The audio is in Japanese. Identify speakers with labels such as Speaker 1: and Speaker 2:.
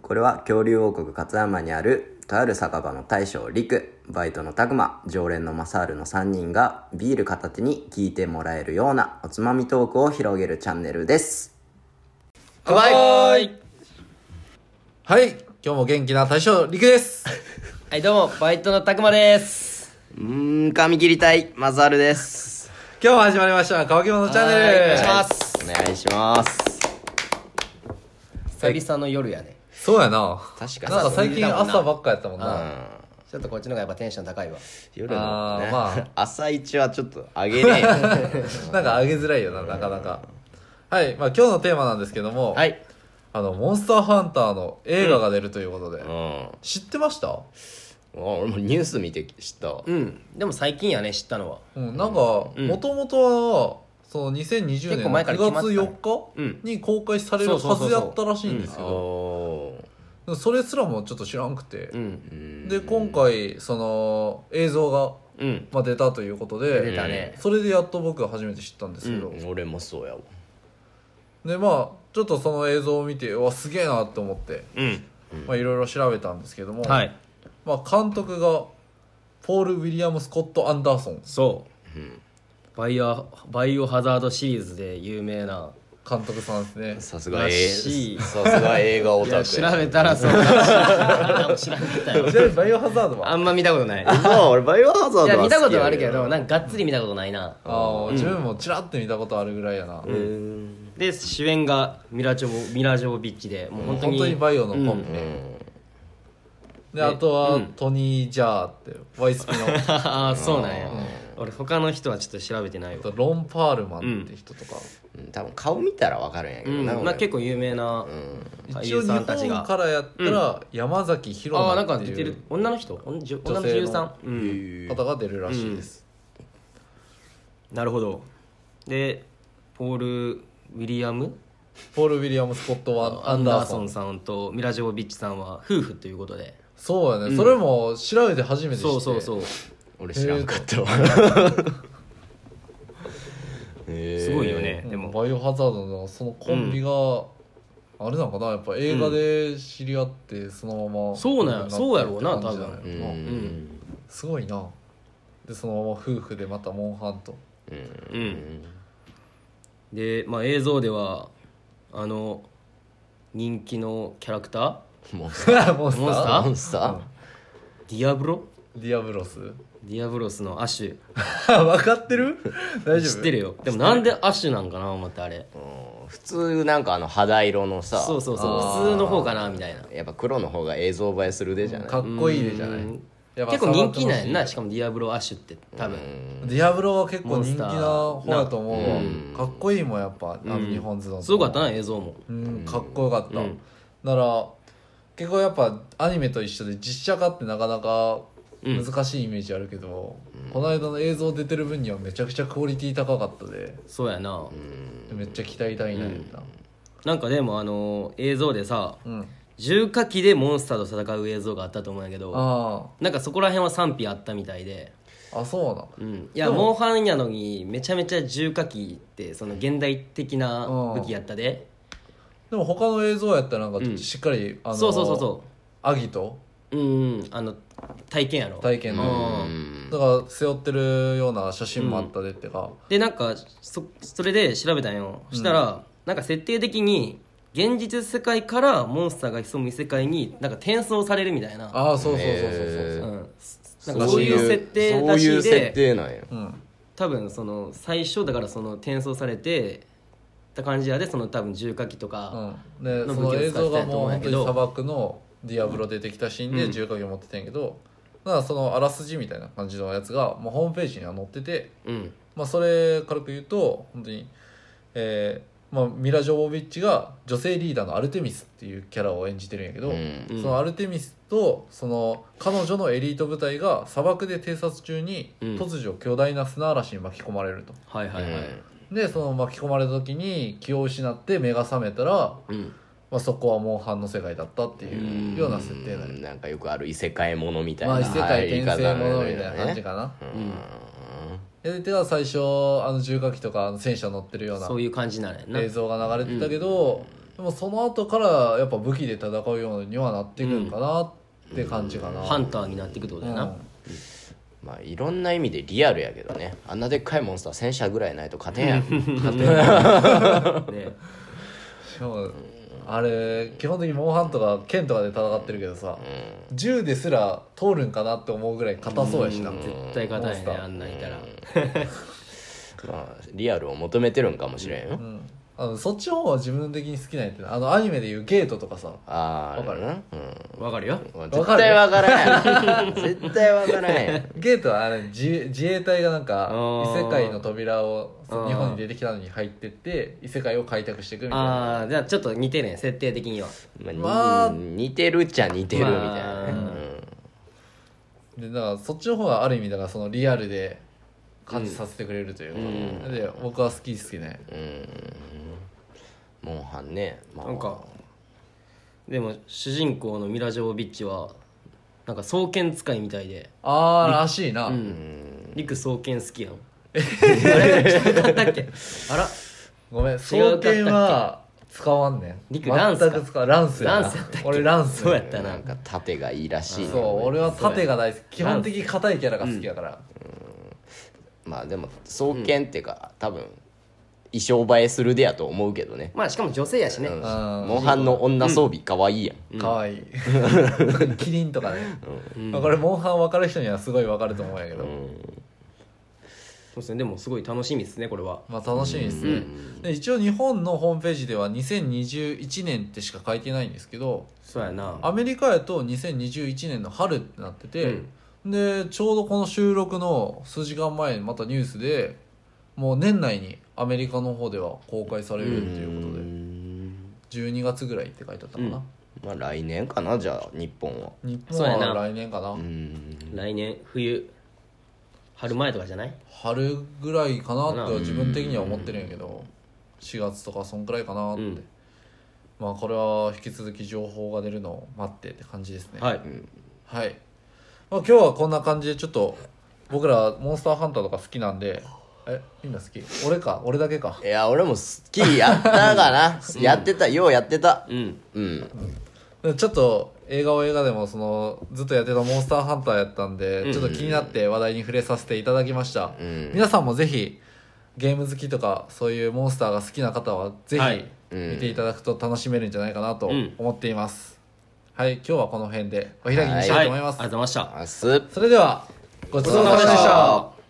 Speaker 1: これは恐竜王国勝山にあるとある酒場の大将陸バイトの拓磨常連の正ルの3人がビール片手に聞いてもらえるようなおつまみトークを広げるチャンネルです
Speaker 2: 乾杯はい
Speaker 3: はい、今日も元気な大将、陸です。
Speaker 2: どうもバイトのたくまです
Speaker 1: うーん髪切りたいマサールです
Speaker 3: 今日も始まりました、乾き物チャンネル。
Speaker 2: はいお願いします
Speaker 1: お願いします
Speaker 2: 久々の夜やね
Speaker 3: そうやな。
Speaker 1: 確かに
Speaker 3: なんか最近朝ばっかやったもん
Speaker 1: う
Speaker 3: な。
Speaker 1: ん
Speaker 2: ちょっとこっちの方がやっぱテンション高いわ
Speaker 1: 夜の、ね
Speaker 3: あーま
Speaker 1: 朝一はちょっと上げねえ
Speaker 3: なんか上げづらいよな、なかなか。はい、まあ今日のテーマなんですけども、
Speaker 2: はい
Speaker 3: あの、モンスターハンターの映画が出るということで、
Speaker 1: うん
Speaker 3: 知ってました
Speaker 1: 俺もニュース見て知ったわ
Speaker 2: うんでも最近やね知ったのは
Speaker 3: うん、なんか、もともとは、その2020
Speaker 2: 結
Speaker 3: 年
Speaker 2: 構
Speaker 3: の
Speaker 2: 前
Speaker 3: 9
Speaker 2: から
Speaker 3: 月
Speaker 2: 決まってたね
Speaker 3: 4日に公開されるはずやったらしいんですけど、
Speaker 1: おー
Speaker 3: それすらもちょっと知らんくて、
Speaker 2: ん
Speaker 3: で今回その映像が、
Speaker 1: うん
Speaker 3: まあ、出たということで
Speaker 2: 出たね
Speaker 3: それでやっと僕は初めて知ったんですけど、
Speaker 1: うん俺もそうやわ
Speaker 3: でまあちょっとその映像を見てうわすげえなと思って、
Speaker 1: うん
Speaker 3: まあ、いろいろ調べたんですけども、
Speaker 2: はい
Speaker 3: まあ、監督がポール・ウィリアム・スコット・アンダーソン
Speaker 2: そう、バイアバイオハザードシリーズで有名な
Speaker 3: 監督さんですね
Speaker 1: さすが
Speaker 2: ら
Speaker 1: え
Speaker 2: しい
Speaker 1: さすが映画オ
Speaker 2: い
Speaker 1: タ
Speaker 2: や
Speaker 1: ク
Speaker 2: 調べたらそう調べたよ
Speaker 3: ちなみにバイオハザードは
Speaker 2: あ
Speaker 3: あ
Speaker 2: んま見たことないい
Speaker 1: そう俺バイオハザードは
Speaker 2: や
Speaker 1: 好
Speaker 2: 見
Speaker 1: きや
Speaker 2: たことはあるけどなんかがっつり見たことないな
Speaker 3: あ、自分もちらって見たことあるぐらいやな、
Speaker 1: うー
Speaker 2: で主演がミラジョボミラジョボビッチでもう本当
Speaker 3: 本
Speaker 2: に
Speaker 3: 当にバイオのコンビ、
Speaker 2: う
Speaker 1: ん
Speaker 2: ん
Speaker 3: であとはトニー・ジャーってワイス ピのあ
Speaker 2: ああそうなんや俺他の人はちょっと調べてないわ
Speaker 3: とロン・パールマンって人とか、
Speaker 1: うん多分顔見たらわかるんやけど
Speaker 2: うん
Speaker 1: な
Speaker 2: まあ
Speaker 1: 俺
Speaker 2: 結構有名な俳
Speaker 3: 一応
Speaker 2: 優
Speaker 3: 日
Speaker 2: さんたちが
Speaker 3: 本からやったら山崎ひろ
Speaker 2: ああ
Speaker 3: な
Speaker 2: な
Speaker 3: ん
Speaker 2: か
Speaker 3: って
Speaker 2: 出て
Speaker 3: い
Speaker 2: る
Speaker 3: う
Speaker 2: 女の人女女女の女優さん、うん、
Speaker 3: 方が出るらしいです、
Speaker 2: なるほどでポール・ウィリアム
Speaker 3: ポール・ウィリアム・スコット・ワン・
Speaker 2: ア
Speaker 3: アン
Speaker 2: ンダ
Speaker 3: ダ
Speaker 2: ー
Speaker 3: ーソ
Speaker 2: ソ
Speaker 3: ン
Speaker 2: ンさんとミラ・ジョービッチさんは夫婦ということで
Speaker 3: そうやね、それも調べて初めて知って
Speaker 2: そうそうそう
Speaker 1: 俺知らんかったわ へ
Speaker 2: すごいよね、
Speaker 3: うん
Speaker 2: でも
Speaker 3: バイオハザードのそのコンビが、あれなのかなやっぱ映画で知り合ってそのまま
Speaker 2: そうなんやそうやろうな
Speaker 3: 感じなんやろ
Speaker 1: えう
Speaker 3: な、
Speaker 1: ん
Speaker 3: すごいなでそのまま夫婦でまたモンハンと
Speaker 2: うん、で、まあ、映像ではあの人気のキャラクタ
Speaker 1: もう
Speaker 2: ー
Speaker 3: モンスター
Speaker 2: モンスター
Speaker 1: モンスター
Speaker 2: ディアブロ
Speaker 3: ディアブロス
Speaker 2: ディアブロスのアッシ
Speaker 3: 分かってる
Speaker 2: ュ
Speaker 3: 大丈夫
Speaker 2: 知ってるよでもなんでアッシュなんかな思ってあれ
Speaker 1: うん普通なんかあの肌色のさ
Speaker 2: そうそうそう
Speaker 3: あー
Speaker 2: 普通の方かなみたいな
Speaker 1: やっぱ黒の方が映像映えするでじゃない
Speaker 3: かっこいいでじゃない
Speaker 2: うん
Speaker 3: やっぱ
Speaker 2: 結構人気なんやなし
Speaker 3: 砂
Speaker 2: かもディアブロアッシュって多分
Speaker 3: 漠のディアブロは結構人気な方やと思う
Speaker 1: モン
Speaker 3: わ
Speaker 1: スターな
Speaker 3: かっこいいもんやっぱあの日本図の
Speaker 2: すごかったな映像も
Speaker 3: うんかっこよかった
Speaker 2: うん
Speaker 3: なら結構やっぱアニメと一緒で実写化ってなかなか難しいイメージあるけどこの間の映像出てる分にはめちゃくちゃクオリティ高かったで
Speaker 2: そうやな
Speaker 3: めっちゃ期待大なんやった
Speaker 2: なんかでもあのー映像でさ
Speaker 3: うん
Speaker 2: 重火器でモンスターと戦う映像があったと思うんやけど
Speaker 3: あ
Speaker 2: なんかそこら辺は賛否あったみたいで
Speaker 3: ああそうな
Speaker 2: うんいやモンハンやのにめちゃめちゃ重火器ってその現代的な武器やったで
Speaker 3: でも他の映像やったらなんかしっかりあの
Speaker 2: そうそうそうそ
Speaker 3: アギと
Speaker 2: ううんあの体験やろ
Speaker 3: 体験のだから背負ってるような写真もあったでってか
Speaker 2: でなんかそそれで調べたんよそしたら、なんか設定的に現実世界からモンスターが潜む異世界になんか転送されるみたいな,、
Speaker 3: ああそうそうそうそうそう
Speaker 2: う、
Speaker 3: そうん
Speaker 2: なんかそういう設定らし
Speaker 1: そうい
Speaker 2: いう
Speaker 1: 設
Speaker 2: で
Speaker 1: 定なんや
Speaker 3: うん
Speaker 2: 多分その最初だからその転送されてった感じやでその多分重火器とか、
Speaker 3: うん、で
Speaker 2: の
Speaker 3: そ
Speaker 2: 武
Speaker 3: の
Speaker 2: 器を使
Speaker 3: 映
Speaker 2: いたいと
Speaker 3: 像がもう
Speaker 2: 思うんや
Speaker 3: 本
Speaker 2: け
Speaker 3: 当
Speaker 2: ど
Speaker 3: に砂漠のディアブロでできたシーンで銃火器を持ってたんやけど、だからそのあらすじみたいな感じのやつがもうホームページには載ってて、
Speaker 2: うん
Speaker 3: まあ、それ軽く言うと本当に、えーまあ、ミラ・ジョボビッチが女性リーダーのアルテミスっていうキャラを演じてるんやけど、
Speaker 1: うん
Speaker 2: うん
Speaker 3: そのアルテミスとその彼女のエリート部隊が砂漠で偵察中に
Speaker 2: うん
Speaker 3: 突如巨大な砂嵐に巻き込まれると。
Speaker 2: はいはいはい、
Speaker 3: でその巻き込まれた時に気を失って目が覚めたら
Speaker 2: うん
Speaker 3: まあ、そこはモンハンの世界だったっていうような設定だ
Speaker 1: う
Speaker 3: よ
Speaker 1: んなんかよくある異世界ものみたい
Speaker 3: ま
Speaker 1: な
Speaker 3: あ異世界
Speaker 1: 入り
Speaker 3: 転
Speaker 1: 方
Speaker 3: 生
Speaker 1: な
Speaker 3: も
Speaker 1: のよ
Speaker 3: の
Speaker 1: ね
Speaker 3: みたいな感じかな、
Speaker 2: うん
Speaker 3: ででは最初あの重火器とかあの戦車乗ってるような
Speaker 2: そういう感じなのやな
Speaker 3: 映像が流れてたけど、でもその後からやっぱ武器で戦うようにはなっていくんかなって感じかな、
Speaker 2: ハンターになっていくってことだよな、
Speaker 3: うん
Speaker 1: まあいろんな意味でリアルやけどねあんなでっかいモンスター戦車ぐらいないと勝てんやん勝てんやん
Speaker 2: ね
Speaker 3: しかもあれ基本的にモンハンとか剣とかで戦ってるけどさ、銃ですら通るんかなって思うぐらい硬そうやしな、
Speaker 2: 絶対硬いねあんなんいたら
Speaker 1: まあリアルを求めてるんかもしれんよ、
Speaker 3: うんあのそっちの方は自分的に好きなんやってなあのアニメでいうゲートとかさ
Speaker 1: あああれな
Speaker 2: わかるよ
Speaker 1: うん
Speaker 3: る
Speaker 1: 絶対わからんやん絶対わからんやん
Speaker 3: ゲートはあれ自自衛隊がなんか
Speaker 2: あー
Speaker 3: 異世界の扉を
Speaker 2: あー
Speaker 3: 日本に出てきたのに入ってって異世界を開拓していくみたいな
Speaker 2: ああじゃあちょっと似てるね設定的には
Speaker 1: まあに似てるっちゃ似てるみたいなね、
Speaker 2: まあ
Speaker 3: でだからそっちの方がある意味だからそのリアルで感じさせてくれるというか、で僕は好き好きね、
Speaker 1: うんモンハンね、まあ、
Speaker 2: なんかでも主人公のミラ・ジョービッチはなんか双剣使いみたいで
Speaker 3: ああらしいな、
Speaker 2: リク双剣好きやんあれ違かったっけあら
Speaker 3: ごめん双剣は使わんねん
Speaker 2: リクランスか
Speaker 3: 全く使わんランスやな
Speaker 2: ランスやったっけ
Speaker 3: 俺ランス
Speaker 2: そうやった
Speaker 1: な
Speaker 2: なん
Speaker 1: か盾がいいらしいね
Speaker 3: そう俺は盾が大好き基本的に硬いキャラが好きやから、
Speaker 1: まあでも双剣っていうか、多分衣装映えするでやと思うけどね、
Speaker 2: まあしかも女性やしね
Speaker 1: うん、
Speaker 3: あー
Speaker 1: モンハンの女装備かわいいやん、
Speaker 3: かわいい特 にキリンとかね、まあこれモンハン分かる人にはすごい分かると思うんやけど、
Speaker 2: そうですねでもすごい楽しみですねこれは
Speaker 3: まあ楽しみですね、で一応日本のホームページでは2021年ってしか書いてないんですけど
Speaker 2: そうやな
Speaker 3: アメリカやと2021年の春ってなってて、でちょうどこの収録の数時間前にまたニュースでもう年内にアメリカの方では公開されるっていうことで、12月ぐらいって書いてあったかな、
Speaker 1: まあ来年かなじゃあ日本は
Speaker 3: 日
Speaker 2: そうや
Speaker 3: 本
Speaker 2: な
Speaker 3: は来年かな、
Speaker 1: うん
Speaker 2: 来年冬春前とかじゃない
Speaker 3: 春ぐらいかなって自分的には思ってるんやけど4月とかそんくらいかなって、
Speaker 2: うん
Speaker 3: まあこれは引き続き情報が出るのを待ってって感じですね
Speaker 2: はい
Speaker 3: はいまあ、今日はこんな感じでちょっと僕らモンスターハンターとか好きなんでえみんな好き俺か俺だけか
Speaker 1: いや俺も好きやったかなやってたようやってた
Speaker 2: うん
Speaker 1: うん
Speaker 3: でちょっと映画は映画でもそのずっとやってたモンスターハンターやったんで、ちょっと気になって話題に触れさせていただきました、
Speaker 1: ん
Speaker 3: 皆さんもぜひゲーム好きとかそういうモンスターが好きな方はぜ
Speaker 2: はい
Speaker 3: ひ見ていただくと楽しめるんじゃないかなと
Speaker 2: ん
Speaker 3: 思っています、はい今日はこの辺でお開きにしたいと思います、
Speaker 2: ありがとうございました
Speaker 1: 明日
Speaker 3: それではごちそうさまでした、
Speaker 1: ごちそうさまでした